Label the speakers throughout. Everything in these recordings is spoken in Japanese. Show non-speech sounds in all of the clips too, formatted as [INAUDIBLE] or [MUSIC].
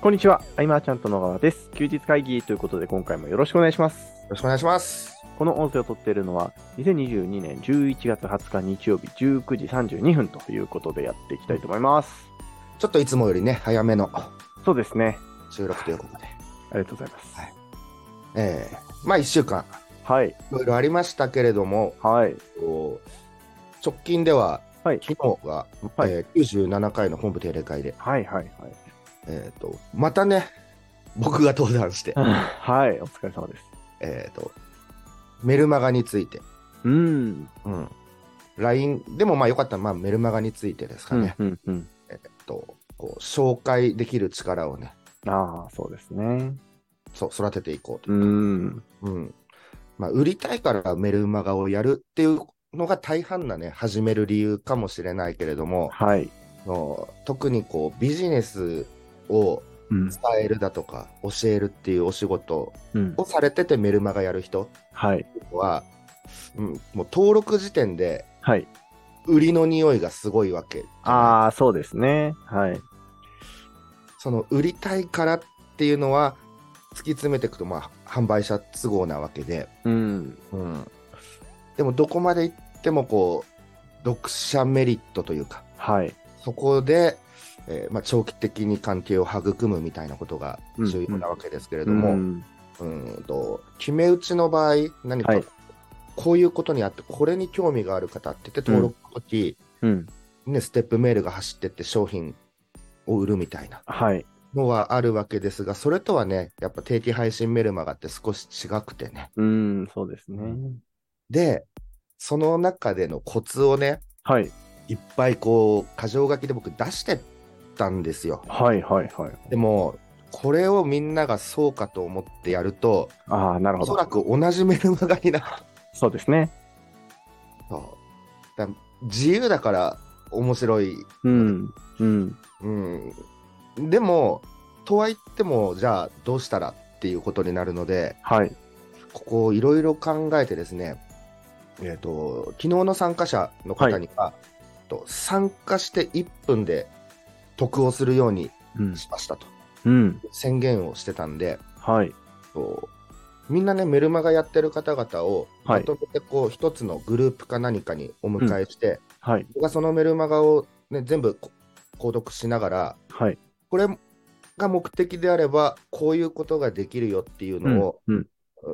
Speaker 1: こんにちは、アイマーちゃんと野川です。休日会議ということで今回もよろしくお願いします。
Speaker 2: よろしくお願いします。
Speaker 1: この音声を撮っているのは2022年11月20日日曜日19時32分ということでやっていきたいと思います。
Speaker 2: ちょっといつもよりね、早めの
Speaker 1: そうですね。
Speaker 2: 収録ということ
Speaker 1: あ
Speaker 2: で。
Speaker 1: りがとうございます。
Speaker 2: ええまあ1週間、
Speaker 1: はい、
Speaker 2: いろいろありましたけれども、
Speaker 1: はい、
Speaker 2: こう直近では、
Speaker 1: はい
Speaker 2: 昨日が、
Speaker 1: はい
Speaker 2: えー97回の本部定例会で、
Speaker 1: はい、はい、はい。
Speaker 2: えーと、またね、僕が登壇して、
Speaker 1: はい、お疲れ様です。
Speaker 2: えーと、メルマガについて、
Speaker 1: うん。
Speaker 2: うん、LINE でもまあよかったら、まあ、メルマガについてですかね、
Speaker 1: うん、うん。
Speaker 2: えーとこう、紹介できる力をね、
Speaker 1: ああ、そうですね。
Speaker 2: そう育てていこうという
Speaker 1: うん。
Speaker 2: うん。まあ、売りたいからメルマガをやるっていうのが大半なね、始める理由かもしれないけれども、
Speaker 1: はい。
Speaker 2: あの特にこう、ビジネスを
Speaker 1: うん
Speaker 2: 伝。えるだとか、教えるっていうお仕事
Speaker 1: うん。
Speaker 2: をされててメルマガやる人
Speaker 1: はい。
Speaker 2: は、うん、もう登録時点で
Speaker 1: はい。
Speaker 2: 売りの匂いがすごいわけじゃない。
Speaker 1: ああ、そうですね。はい。
Speaker 2: その売りたいからっていうのは、突き詰めていくと、まあ、販売者都合なわけで、
Speaker 1: うん。
Speaker 2: うん、でもどこまで行ってもこう読者メリットというか
Speaker 1: はい。
Speaker 2: そこで、えーまあ、長期的に関係を育むみたいなことが重要なわけですけれども、
Speaker 1: う
Speaker 2: うんんと決め打ちの場合何か
Speaker 1: はい
Speaker 2: こういうことにあってこれに興味がある方って言って登録の時、
Speaker 1: うん。
Speaker 2: ね、ステップメールが走ってって商品を売るみたいな
Speaker 1: はい。
Speaker 2: のはあるわけですがそれとはねやっぱ定期配信メルマガって少し違くてね
Speaker 1: うん、そうですね。
Speaker 2: でその中でのコツをね
Speaker 1: はい。
Speaker 2: いっぱいこう、箇条書きで僕出してったんですよ。
Speaker 1: はい、はい、はい。
Speaker 2: でも、これをみんながそうかと思ってやると、
Speaker 1: ああ、なる
Speaker 2: お
Speaker 1: ほ
Speaker 2: そ
Speaker 1: ど。
Speaker 2: らく同じメルマガになる。
Speaker 1: そうですね。
Speaker 2: そうだ自由だから面白い。
Speaker 1: うん。うん。
Speaker 2: うん。でも、とは言っても、じゃあどうしたらっていうことになるので、
Speaker 1: はい。
Speaker 2: ここをいろいろ考えてですね、えっ、と、昨日の参加者の方には、と参加して1分で得をするように
Speaker 1: うん。
Speaker 2: しましたと。
Speaker 1: うん。
Speaker 2: 宣言をしてたんで、
Speaker 1: はい。
Speaker 2: こうみんなね、メルマガやってる方々を、
Speaker 1: は
Speaker 2: ま
Speaker 1: い
Speaker 2: とめてこう、一つのグループか何かにお迎えして、
Speaker 1: はい。
Speaker 2: 僕がそのメルマガを、ね、全部こ購読しながら、
Speaker 1: はい。
Speaker 2: これが目的であれば、こういうことができるよっていうのを、
Speaker 1: うん。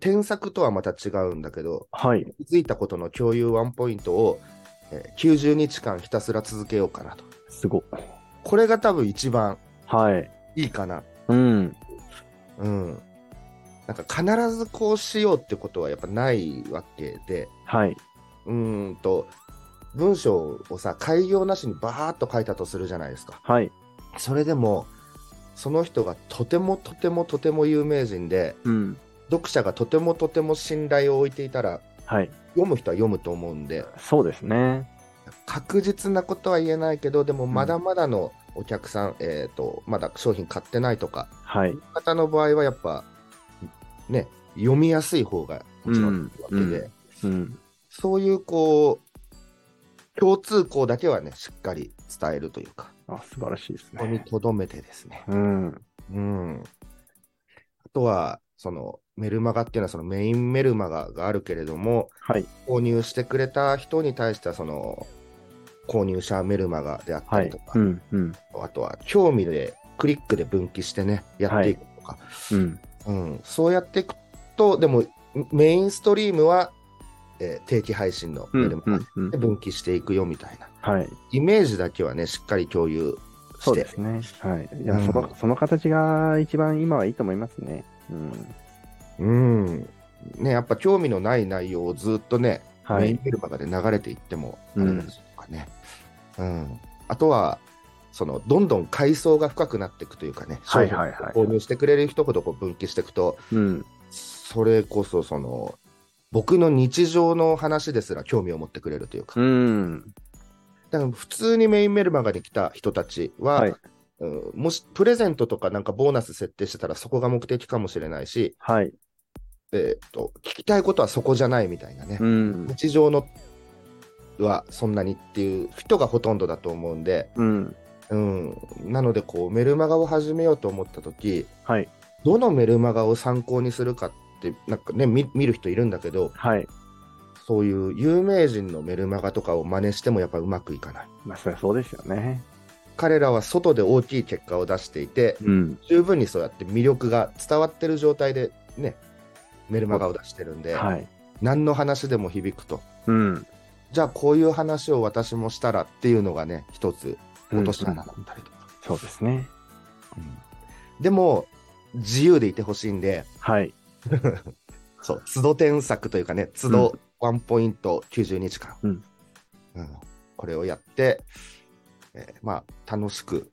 Speaker 2: 添削とはまた違うんだけど、
Speaker 1: はい。
Speaker 2: 気づいたことの共有ワンポイントを、えー90日間ひたすら続けようかなと。
Speaker 1: すご。
Speaker 2: これが多分一番
Speaker 1: はい。
Speaker 2: いいかな
Speaker 1: うん。
Speaker 2: うん。なんか必ずこうしようってことはやっぱないわけで、
Speaker 1: はい。
Speaker 2: うーんと、文章をさ、改行なしにバーっと書いたとするじゃないですか。
Speaker 1: はい。
Speaker 2: それでも、その人がとてもとてもとても有名人で、
Speaker 1: うん。
Speaker 2: 読者がとてもとても信頼を置いていたら、
Speaker 1: はい。
Speaker 2: 読む人は読むと思うんで、
Speaker 1: そうですね。
Speaker 2: 確実なことは言えないけど、でも
Speaker 1: ん
Speaker 2: まだまだのお客さん、えっ、と、まだ商品買ってないとか、
Speaker 1: はい。
Speaker 2: 方の場合はやっぱ、ね、読みやすい方がもちろんいいわけで、
Speaker 1: うんうんうん。
Speaker 2: そういうこう、共通項だけはね、しっかり伝えるというか、
Speaker 1: あ、素晴らしいです
Speaker 2: そこに
Speaker 1: ね。
Speaker 2: とどめてですね。
Speaker 1: うん。
Speaker 2: うん。あとは、そのメルマガっていうのはそのメインメルマガがあるけれども、
Speaker 1: はい。
Speaker 2: 購入してくれた人に対してはその購入者メルマガであった
Speaker 1: は
Speaker 2: り
Speaker 1: い
Speaker 2: とか、。
Speaker 1: うん。うん。
Speaker 2: あとは興味でクリックで分岐してね、やっていくとか、
Speaker 1: うん。
Speaker 2: うん、そうやっていくと、でもメインストリームは、えー定期配信の
Speaker 1: う
Speaker 2: メル
Speaker 1: ん
Speaker 2: マ。
Speaker 1: う
Speaker 2: ガ
Speaker 1: ん。うん
Speaker 2: で。分岐していくよみたいな、
Speaker 1: はい。
Speaker 2: イメージだけはね、しっかり共有
Speaker 1: そ
Speaker 2: し
Speaker 1: うで
Speaker 2: て、
Speaker 1: すね。はい。いや、
Speaker 2: うん
Speaker 1: その、その形が一番今はいいと思いますね。うん。
Speaker 2: うんね、やっぱ興味のない内容をずっとね、
Speaker 1: は
Speaker 2: メイン
Speaker 1: い。
Speaker 2: メルマガで流れていってもあれですとかね、うんあとは、そのどんどん階層が深くなっていくというかね、
Speaker 1: はいはいはい
Speaker 2: 商品を購入してくれる人ほどこう分岐していくと、
Speaker 1: うん。
Speaker 2: それこそその、僕の日常の話ですら興味を持ってくれるというか、
Speaker 1: うん。
Speaker 2: だから普通にメインメルマガに来た人たちは、
Speaker 1: はい
Speaker 2: うんもしプレゼントとかなんかボーナス設定してたらそこが目的かもしれないし、
Speaker 1: はい。
Speaker 2: えー、と聞きたいことはそこじゃないみたいなね、
Speaker 1: うん。
Speaker 2: 日常のはそんなにっていう人がほとんどだと思うんで、
Speaker 1: うん。
Speaker 2: うん、なのでこうメルマガを始めようと思った時
Speaker 1: はい。
Speaker 2: どのメルマガを参考にするかってなんかね見見る人いるんだけど
Speaker 1: はい。
Speaker 2: そういう有名人のメルマガとかを真似してもやっぱうまくいかない
Speaker 1: まあ、そりゃそうですよね。
Speaker 2: 彼らは外で大きい結果を出していて
Speaker 1: うん。
Speaker 2: 十分にそうやって魅力が伝わってる状態でねメルマガを出してるんで、
Speaker 1: はい。
Speaker 2: 何の話でも響くと
Speaker 1: うん。
Speaker 2: じゃあこういう話を私もしたらっていうのがね一つ落とし穴だったりとか、
Speaker 1: そうですね。
Speaker 2: でも自由でいてほしいんで
Speaker 1: はい。
Speaker 2: そう、都度添削というかね、都度ワンポイント90日間。
Speaker 1: うん
Speaker 2: うんこれをやって、えーまあ、楽しく、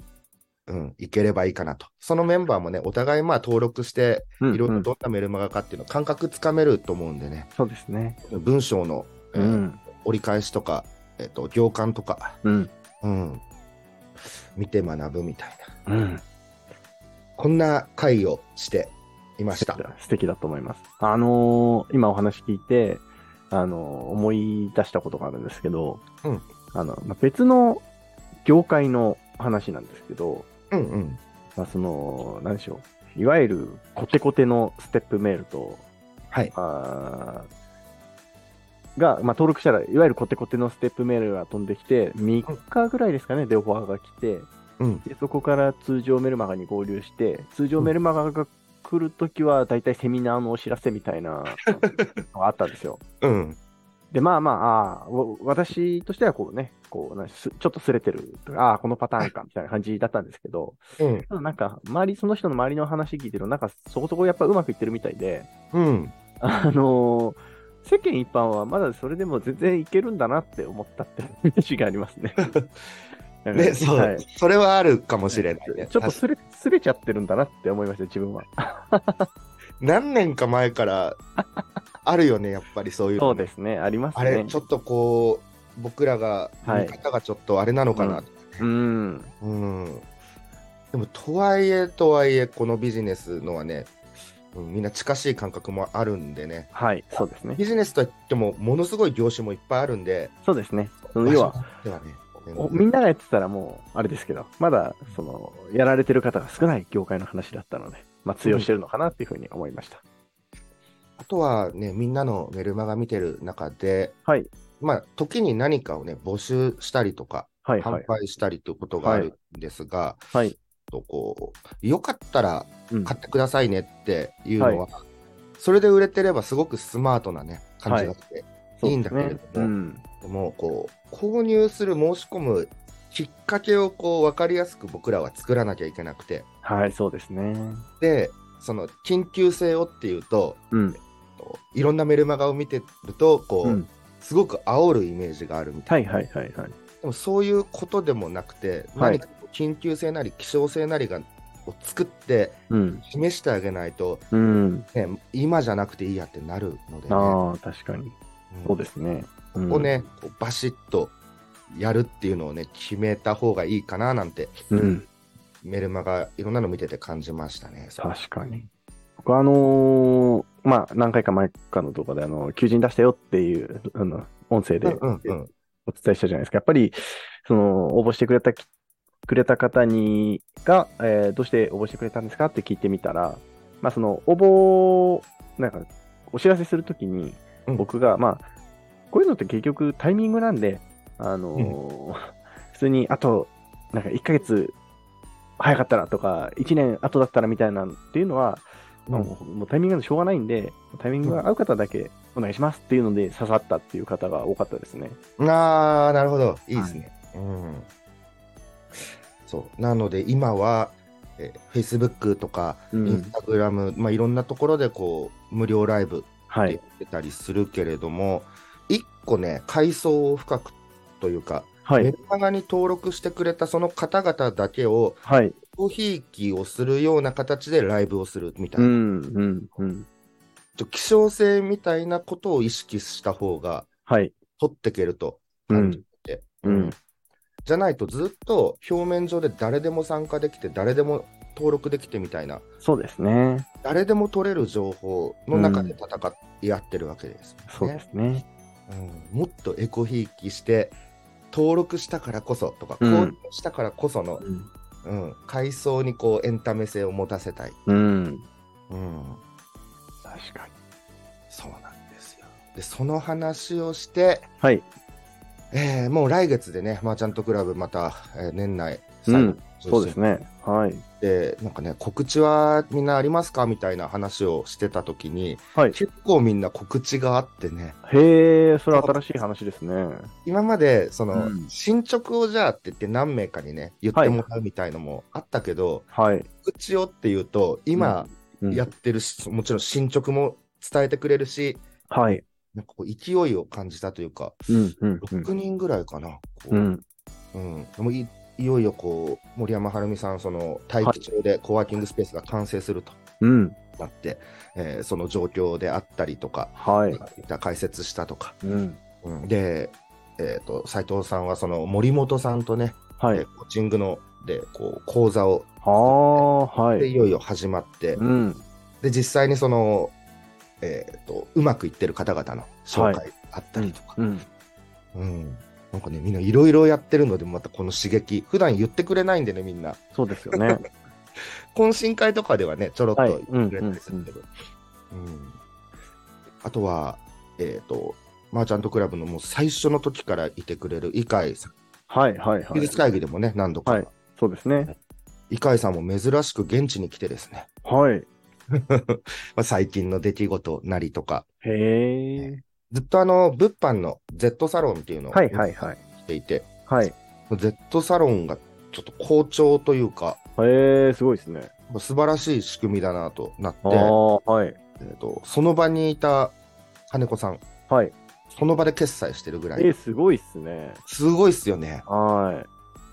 Speaker 2: うん、いければいいかなと。そのメンバーもね、お互いまあ登録して、
Speaker 1: い
Speaker 2: いろいろどんなメルマガかっていうの感覚つかめると思うんでね、
Speaker 1: そうですね。
Speaker 2: 文章の、え
Speaker 1: う
Speaker 2: ー
Speaker 1: ん。
Speaker 2: 折り返しとか、えっ、と、行間とか、
Speaker 1: うん。
Speaker 2: うん、見て学ぶみたいな。
Speaker 1: うん。
Speaker 2: こんな会をしていました。
Speaker 1: 素敵だと思います。あのー今お話聞いて、あのー思い出したことがあるんですけど、
Speaker 2: うん
Speaker 1: あの、まあ別の業界の話なんですけど、
Speaker 2: うんうん。
Speaker 1: まあ、その、何でしょう。いわゆるコテコテのステップメールと、
Speaker 2: はい。
Speaker 1: あーが、まあ、登録したら、いわゆるコテコテのステップメールが飛んできて、3日ぐらいですかね、でオファーが来て、
Speaker 2: うん。
Speaker 1: でそこから通常メルマガに合流して、通常メルマガが来るときは、だいたいセミナーのお知らせみたい
Speaker 2: [LAUGHS]
Speaker 1: なのがあったんですよ。
Speaker 2: うん。
Speaker 1: で、まあまあ、ああわ私としてはこうね、こうなんかすちょっとすれてるとか、ああ、このパターンかみたいな感じだったんですけど、
Speaker 2: うん。
Speaker 1: ただなんか、周り、その人の周りの話聞いてると、なんかそこそこやっぱうまくいってるみたいで、
Speaker 2: うん。
Speaker 1: あのー世間一般はまだそれでも全然いけるんだなって思ったって話がありますね。なんか
Speaker 2: [LAUGHS] ね、そう、
Speaker 1: はい
Speaker 2: それはあるかもしれないね。
Speaker 1: ちょっと
Speaker 2: 確か
Speaker 1: すれすれちゃってるんだなって思いました、自分は。
Speaker 2: 何年か前からあるよね、やっぱりそういうの
Speaker 1: そうですね、ありますね。
Speaker 2: あれ、ちょっとこう、僕らが、
Speaker 1: はい
Speaker 2: 見方がちょっとあれなのかな。
Speaker 1: うん、
Speaker 2: うん。でも、とはいえ、とはいえ、このビジネスのはね、うんみんな近しい感覚もあるんでね。
Speaker 1: はい、そうですね。
Speaker 2: ビジネスといっても、ものすごい業種もいっぱいあるんで、
Speaker 1: そうですね。その要は、
Speaker 2: 場所によってはね、
Speaker 1: おみんながやってたらもう、あれですけど、まだ、その、やられてる方が少ない業界の話だったので、まあ、通用してるのかなっていうふうに思いました。
Speaker 2: あとはね、みんなのメルマガ見てる中で、
Speaker 1: はい、
Speaker 2: まあ、時に何かをね、募集したりとか、
Speaker 1: はい、は
Speaker 2: 販
Speaker 1: い。
Speaker 2: 売したりということがあるんですが、
Speaker 1: はい。
Speaker 2: とこうよかったら
Speaker 1: うん
Speaker 2: 買ってくださいねっていうのは、それで売れてればすごくスマートなね感じがして、いいんだけれども
Speaker 1: そうですねうん。
Speaker 2: でもこう購入する申し込むきっかけをこう分かりやすく僕らは作らなきゃいけなくて
Speaker 1: はい、そうですね。
Speaker 2: でその緊急性をっていうと
Speaker 1: うん。
Speaker 2: こういろんなメルマガを見てるとこう、
Speaker 1: うん
Speaker 2: すごく煽るイメージがあるみたい
Speaker 1: はい、はい、はい、はい。
Speaker 2: でもそういうことでもなくて、
Speaker 1: はい
Speaker 2: 何かこう緊急性なり希少性なりがを作って
Speaker 1: うん。
Speaker 2: 示してあげないと、
Speaker 1: うん。
Speaker 2: ね、今じゃなくていいやってなるので、ね、
Speaker 1: ああ、確かに。
Speaker 2: うん
Speaker 1: そうですね。うん
Speaker 2: ここね、こうバシッとやるっていうのをね、決めた方がいいかななんて、
Speaker 1: うん。
Speaker 2: メルマガいろんなの見てて感じましたね。
Speaker 1: 確かに。僕はあのーまあ、何回か前かの動画で、あの、求人出したよっていう、あの、音声で
Speaker 2: うんうんうん
Speaker 1: お伝えしたじゃないですか。やっぱり、その、応募してくれたき、くれた方に、が、えーどうして応募してくれたんですかって聞いてみたら、まあ、その、応募、なんか、お知らせするときに
Speaker 2: う、ん
Speaker 1: 僕が、まあ、こういうのって結局タイミングなんで、あのー普通に、あと、なんか1ヶ月早かったらとか、1年後だったらみたいなっていうのは、まあもうもうタイミングなんてしょうがないんで、タイミングが合う方だけお願いしますっていうので刺さったっていう方が多かったですね。
Speaker 2: ああ、なるほど。いいですね。うん。そう。なので今は、えー Facebook とか、
Speaker 1: うん。
Speaker 2: Instagram、まあ、いろんなところでこう、無料ライブ
Speaker 1: は
Speaker 2: って
Speaker 1: い
Speaker 2: や。ってたりするけれども、一個ね、階層を深くというか、
Speaker 1: は
Speaker 2: メ
Speaker 1: い。
Speaker 2: ルマガに登録してくれたその方々だけを、
Speaker 1: はい。
Speaker 2: コーヒー機をするような形でライブをするみたいうな、
Speaker 1: ん。うん。うん。
Speaker 2: ちょっと希少性みたいなことを意識した方が
Speaker 1: はい。
Speaker 2: 取っていけると
Speaker 1: う
Speaker 2: 感じ
Speaker 1: ん。
Speaker 2: て、
Speaker 1: うん。
Speaker 2: じゃないとずっと表面上で誰でも参加できて、誰でも登録できてみたいな、
Speaker 1: そうですね。
Speaker 2: 誰でも取れる情報の中で戦い合ってるわけですよね、
Speaker 1: そうですね。
Speaker 2: うんもっとエコひいきして、登録したからこそとか、
Speaker 1: うん
Speaker 2: 購入したからこその、うん、階層にこうエンタメ性を持たせたい。
Speaker 1: うん。
Speaker 2: うん、
Speaker 1: 確かに。
Speaker 2: そうなんですよ。で、その話をして、
Speaker 1: はい。
Speaker 2: えーもう来月でね、マーチャントクラブまた、えー年内
Speaker 1: う
Speaker 2: 最後
Speaker 1: ん。そうですね。はい。
Speaker 2: で、なんかね、告知はみんなありますかみたいな話をしてた時に、
Speaker 1: はい。
Speaker 2: 結構みんな告知があってね、
Speaker 1: へえ、それは新しい話ですね。
Speaker 2: 今までその、
Speaker 1: うん
Speaker 2: 進捗をじゃあって言って何名かにね、言ってもらうみたいのもあったけど、
Speaker 1: はい。
Speaker 2: 告知をっていうと、今
Speaker 1: うん
Speaker 2: やってるし、もちろん進捗も伝えてくれるし、
Speaker 1: はい。
Speaker 2: なんかこう勢いを感じたというか、
Speaker 1: うん。うん。うん
Speaker 2: 6人ぐらいかな。こう
Speaker 1: うん。
Speaker 2: うん、でもいいよいよこう森山晴美さん、その待機中でコワーキングスペースが完成すると
Speaker 1: うん。
Speaker 2: なって、えーその状況であったりとか、
Speaker 1: はい
Speaker 2: い。った解説したとか、
Speaker 1: うん。
Speaker 2: うんで、えー、と斉藤さんはその森本さんとね、
Speaker 1: はい。
Speaker 2: えーコーチングのでこう講座を、
Speaker 1: ああ、は
Speaker 2: で
Speaker 1: い。
Speaker 2: いよいよ始まって、
Speaker 1: うん。
Speaker 2: で実際にその、えー、とうまくいってる方々の紹介あったりとか、
Speaker 1: うん。
Speaker 2: うんなんかね、みんないろいろやってるので、またこの刺激、普段言ってくれないんでね、みんな。
Speaker 1: そうですよね。
Speaker 2: 懇親会とかではね、ちょろっと
Speaker 1: はい
Speaker 2: 言ってくれたりするけど。うんあとは、えっ、と、マーチャントクラブのもう最初の時からいてくれる、イカイさん、
Speaker 1: はい、はい、は
Speaker 2: 技
Speaker 1: い
Speaker 2: 術。会議でもね、何度か。
Speaker 1: はいそうですね。
Speaker 2: イカイさんも珍しく現地に来てですね、
Speaker 1: はい。
Speaker 2: まあ最近の出来事なりとか、
Speaker 1: へえ。
Speaker 2: ずっとあの、物販の Z サロンっていうのを
Speaker 1: はい、
Speaker 2: 来
Speaker 1: はい、はい。
Speaker 2: ていて、
Speaker 1: はい。
Speaker 2: Z サロンがちょっと好調というか、
Speaker 1: へえ、すごいですね。
Speaker 2: 素晴らしい仕組みだなとなって、
Speaker 1: ああ、はい。
Speaker 2: えーとその場にいた金子さん、
Speaker 1: はい。
Speaker 2: その場で決済してるぐら
Speaker 1: えー、
Speaker 2: い、
Speaker 1: すごいっすね。
Speaker 2: すごいっすよね。
Speaker 1: は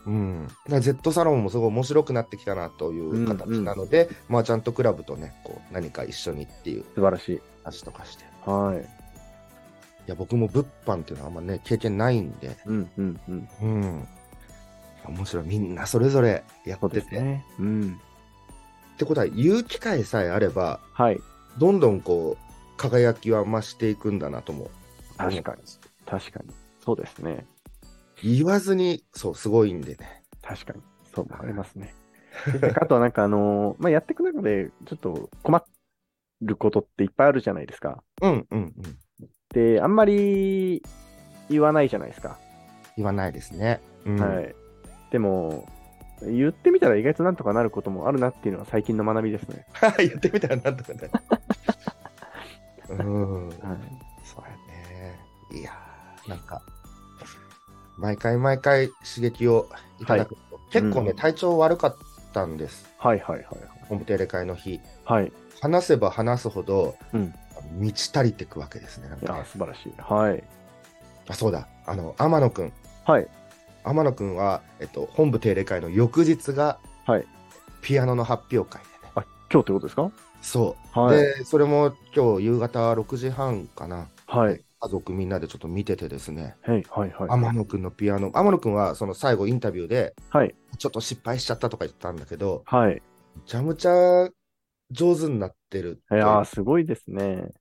Speaker 2: うん、だから Z サロンもすごい面白くなってきたなという形なので、マーチャントクラブとね、こう何か一緒にっていう
Speaker 1: い。素晴らしい。
Speaker 2: 話とかして、い
Speaker 1: はい。
Speaker 2: や、僕も物販っていうのはあんまね、経験ないんで、
Speaker 1: うん、うん、うん。
Speaker 2: うん、面白い、みんなそれぞれや
Speaker 1: そう
Speaker 2: っ
Speaker 1: で
Speaker 2: て
Speaker 1: す
Speaker 2: て。
Speaker 1: ね。うん。
Speaker 2: ってことは、言う機会さえあれば、
Speaker 1: はい。
Speaker 2: どんどんこう、輝きは増していくんだなとも。
Speaker 1: 確かに。確かに。そうですね。
Speaker 2: 言わずに、そう、すごいんでね。
Speaker 1: 確かに。そうもありますね。であとはなんかあのーまあ、やっていく中で、ちょっと困ることっていっぱいあるじゃないですか。
Speaker 2: うんうんうん。
Speaker 1: で、あんまり言わないじゃないですか。
Speaker 2: 言わないですね。うん
Speaker 1: はい。でも、言ってみたら意外となんとかなることもあるなっていうのは最近の学びですね。
Speaker 2: [LAUGHS] 言ってみたらなんとかね。うん。そうやね。いやー、なんか、毎回毎回刺激をいただくと、結構ね、
Speaker 1: うん
Speaker 2: 体調悪かったんです。
Speaker 1: はいはいはい
Speaker 2: ホーム定例会の日。
Speaker 1: はい。はい。
Speaker 2: 話せば話すほど、
Speaker 1: うん
Speaker 2: 満ち足りてくわけですね。なん
Speaker 1: い
Speaker 2: か
Speaker 1: や、
Speaker 2: ね
Speaker 1: 素晴らしい。はい。
Speaker 2: あ、そうだ。あの、天野くん。
Speaker 1: はい。
Speaker 2: 天野くんは、えっと、本部定例会の翌日が、
Speaker 1: はい
Speaker 2: ピアノの発表会でね。
Speaker 1: 今日ってことですか
Speaker 2: そう。
Speaker 1: はい。
Speaker 2: で、それも今日夕方6時半かな、
Speaker 1: はい。
Speaker 2: 家族みんなでちょっと見ててですね、
Speaker 1: はいはいはい。
Speaker 2: 天野くんのピアノ、天野くんはその最後インタビューで、
Speaker 1: はい。
Speaker 2: ちょっと失敗しちゃったとか言ってたんだけど、
Speaker 1: はい。
Speaker 2: むちゃむちゃ上手になってるって
Speaker 1: いやー、すごいですね。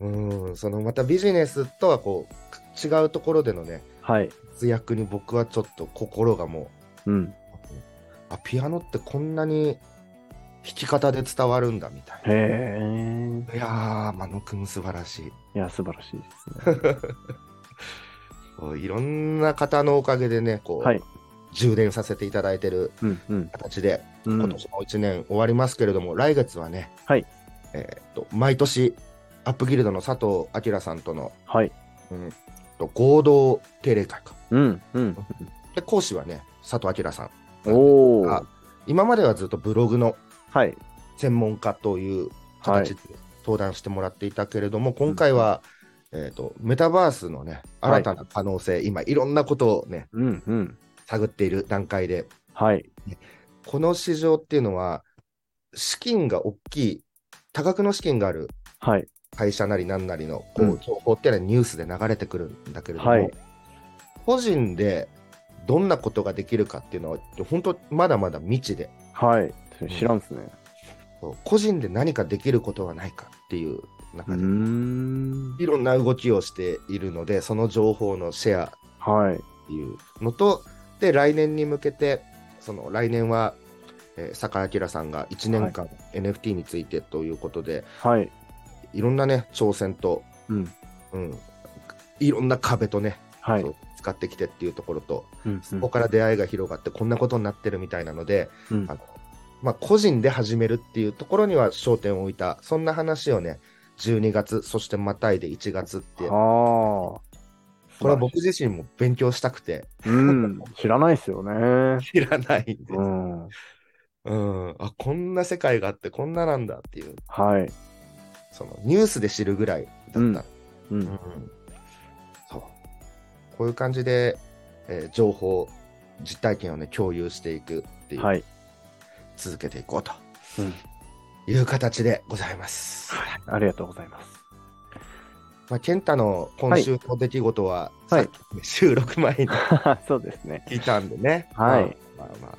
Speaker 2: うん、そのまたビジネスとはこう、違うところでのね、
Speaker 1: はい。
Speaker 2: 活躍に僕はちょっと心がも
Speaker 1: うん。
Speaker 2: う、あ、ピアノってこんなに弾き方で伝わるんだみたい
Speaker 1: へえ。
Speaker 2: な。いやー、天野くん素晴らしい。
Speaker 1: いや、素晴らしいですね。
Speaker 2: こういろんな方のおかげでね、こう、
Speaker 1: はい。
Speaker 2: 充電させていただいてる
Speaker 1: うんうん。
Speaker 2: 形で、
Speaker 1: うん
Speaker 2: 今年も1年終わりますけれども、来月はね、
Speaker 1: はい
Speaker 2: えーっと毎年、アップギルドの佐藤明さんとの、
Speaker 1: はい。
Speaker 2: うん、と合同定例会か。
Speaker 1: うんうん。
Speaker 2: で、講師はね、佐藤明さん。
Speaker 1: お
Speaker 2: あ
Speaker 1: ー。
Speaker 2: 今まではずっとブログの
Speaker 1: はい。
Speaker 2: 専門家という
Speaker 1: はい
Speaker 2: 形で登壇してもらっていたけれども、今回は、えーっとメタバースのね、新たな可能性、今、いろんなことをね、
Speaker 1: うんうん。
Speaker 2: 探っている段階で、
Speaker 1: はい。
Speaker 2: この市場っていうのは、資金が大きい、多額の資金がある
Speaker 1: はい。
Speaker 2: 会社なりなんなりの
Speaker 1: う
Speaker 2: こうん情報っていうのはニュースで流れてくるんだけれども、
Speaker 1: はい
Speaker 2: 個人でどんなことができるかっていうのは、本当、まだまだ未知で、
Speaker 1: はい。知らんっすね。
Speaker 2: そう個人で何かできることはないかっていう
Speaker 1: う
Speaker 2: 中
Speaker 1: ー
Speaker 2: で、
Speaker 1: ん。
Speaker 2: いろんな動きをしているので、その情報のシェア
Speaker 1: はい。
Speaker 2: っていうのと、で、来年に向けて、その来年は、えー、坂井明さんが1年間 NFT についてということで、
Speaker 1: はい。
Speaker 2: い、ろんなね、挑戦と、
Speaker 1: うん。
Speaker 2: うん、いろんな壁とね、
Speaker 1: はい
Speaker 2: そ。う使ってきてっていうところと、
Speaker 1: うん
Speaker 2: そこから出会いが広がって、こんなことになってるみたいなので、
Speaker 1: うん
Speaker 2: あのまあ、個人で始めるっていうところには焦点を置いた、そんな話をね、12月、そしてまたいで1月っていう、こ
Speaker 1: ああ。
Speaker 2: れは僕自身も勉強したくて、
Speaker 1: うん。知らないですよね。
Speaker 2: [LAUGHS] 知らないんです。
Speaker 1: うん。は
Speaker 2: うん、あこんな世界があってこんななんだっていう
Speaker 1: い。
Speaker 2: そのニュースで知るぐらいだった、
Speaker 1: うんう
Speaker 2: うん
Speaker 1: ん。
Speaker 2: そうこういう感じで、えー情報実体験をね共有していくっていう、
Speaker 1: はい。
Speaker 2: 続けていこうと
Speaker 1: うん。
Speaker 2: いう形でございます、
Speaker 1: ありがとうございます。
Speaker 2: まあ、健太の今週の出来事は、
Speaker 1: はい
Speaker 2: さっきね収録前に
Speaker 1: [LAUGHS] そうですね。
Speaker 2: 聞いたんでね
Speaker 1: はい
Speaker 2: まあまあ、まあ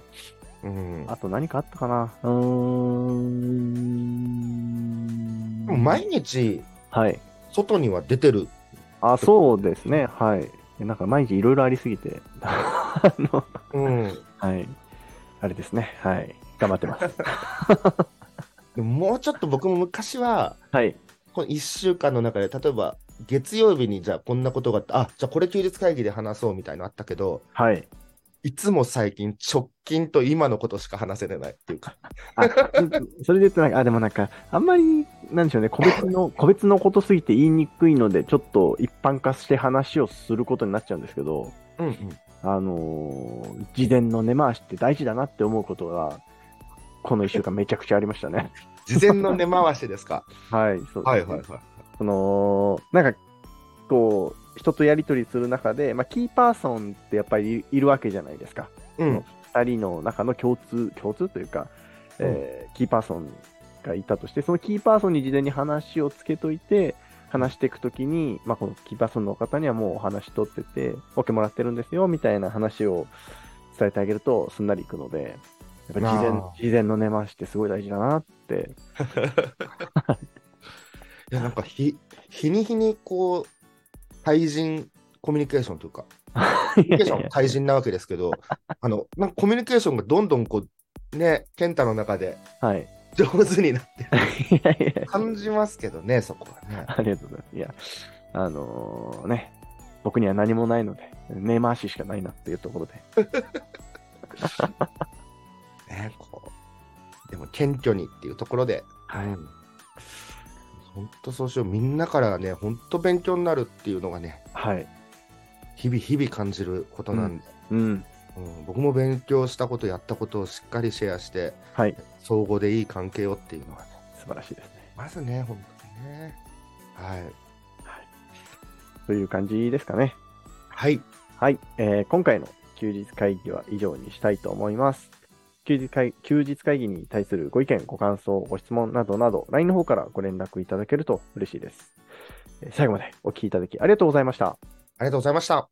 Speaker 2: うん、
Speaker 1: あと何かあったかなうーん。
Speaker 2: でも毎日
Speaker 1: はい。
Speaker 2: 外には出てる
Speaker 1: あ、そうですね。はい。なんか毎日いろいろありすぎて、 [LAUGHS] あの、
Speaker 2: うん
Speaker 1: はい。あれですね。はい。頑張ってます。
Speaker 2: でももうちょっと僕も昔は
Speaker 1: はい。
Speaker 2: この1週間の中で、例えば月曜日にじゃあこんなことがあった、あじゃあこれ休日会議で話そうみたいなのあったけど、
Speaker 1: はい。
Speaker 2: いつも最近、直近と今のことしか話せてないっていうか、
Speaker 1: あ、そ [LAUGHS] れで言うとなんか、あ、でもなんか、あんまり、なんでしょうね、個別の、個別のことすぎて言いにくいので、ちょっと一般化して話をすることになっちゃうんですけど、
Speaker 2: うん
Speaker 1: あのー事前の根回しって大事だなって思うことが、この一週間めちゃくちゃありましたね。
Speaker 2: 事前の根回しですか。
Speaker 1: はい、そうですね
Speaker 2: はい。
Speaker 1: その、なんか、こう、人とやりとりする中で、まあ、キーパーソンってやっぱりいいるわけじゃないですか。
Speaker 2: うん、
Speaker 1: 二人の中の共通、共通というか、えーキーパーソンがいたとして、そのキーパーソンに事前に話をつけといて、話していくときに、まあ、このキーパーソンの方にはもうお話取ってて、OK もらってるんですよ、みたいな話を伝えてあげると、すんなりいくので、やっぱ事前
Speaker 2: あ、
Speaker 1: 事前の根回しってすごい大事だなって。
Speaker 2: いや、なんか日、日に日にこう、対人コミュニケーションというか、コミュニケーションは対人なわけですけど、 [LAUGHS] あの、なんかコミュニケーションがどんどんこう、ね、健太の中で
Speaker 1: [LAUGHS]
Speaker 2: [LAUGHS]
Speaker 1: はい。 [LAUGHS]
Speaker 2: 上手になってる
Speaker 1: いやいや
Speaker 2: 感じますけどね、そこはね。
Speaker 1: ありがとうございます。いや、あのーね、僕には何もないので、根回ししかないなっていうところで。
Speaker 2: ね、こう、でも謙虚にっていうところで、
Speaker 1: はい。
Speaker 2: 本当そうしよう、みんなからね、本当勉強になるっていうのがね、
Speaker 1: はい。
Speaker 2: 日々日々感じることなんで、
Speaker 1: うん。
Speaker 2: うん僕も勉強したこと、やったことをしっかりシェアして、
Speaker 1: はい。
Speaker 2: 相互でいい関係をっていうのはね、
Speaker 1: 素晴らしいですね。
Speaker 2: まずね、本当にね。はい。
Speaker 1: という感じですかね。
Speaker 2: はい。
Speaker 1: はい。えー今回の休日会議は以上にしたいと思います。休日会休日会議に対するご意見、ご感想、ご質問などなど、LINE の方からご連絡いただけると嬉しいです。えー最後までお聞きいただきありがとうございました。
Speaker 2: ありがとうございました。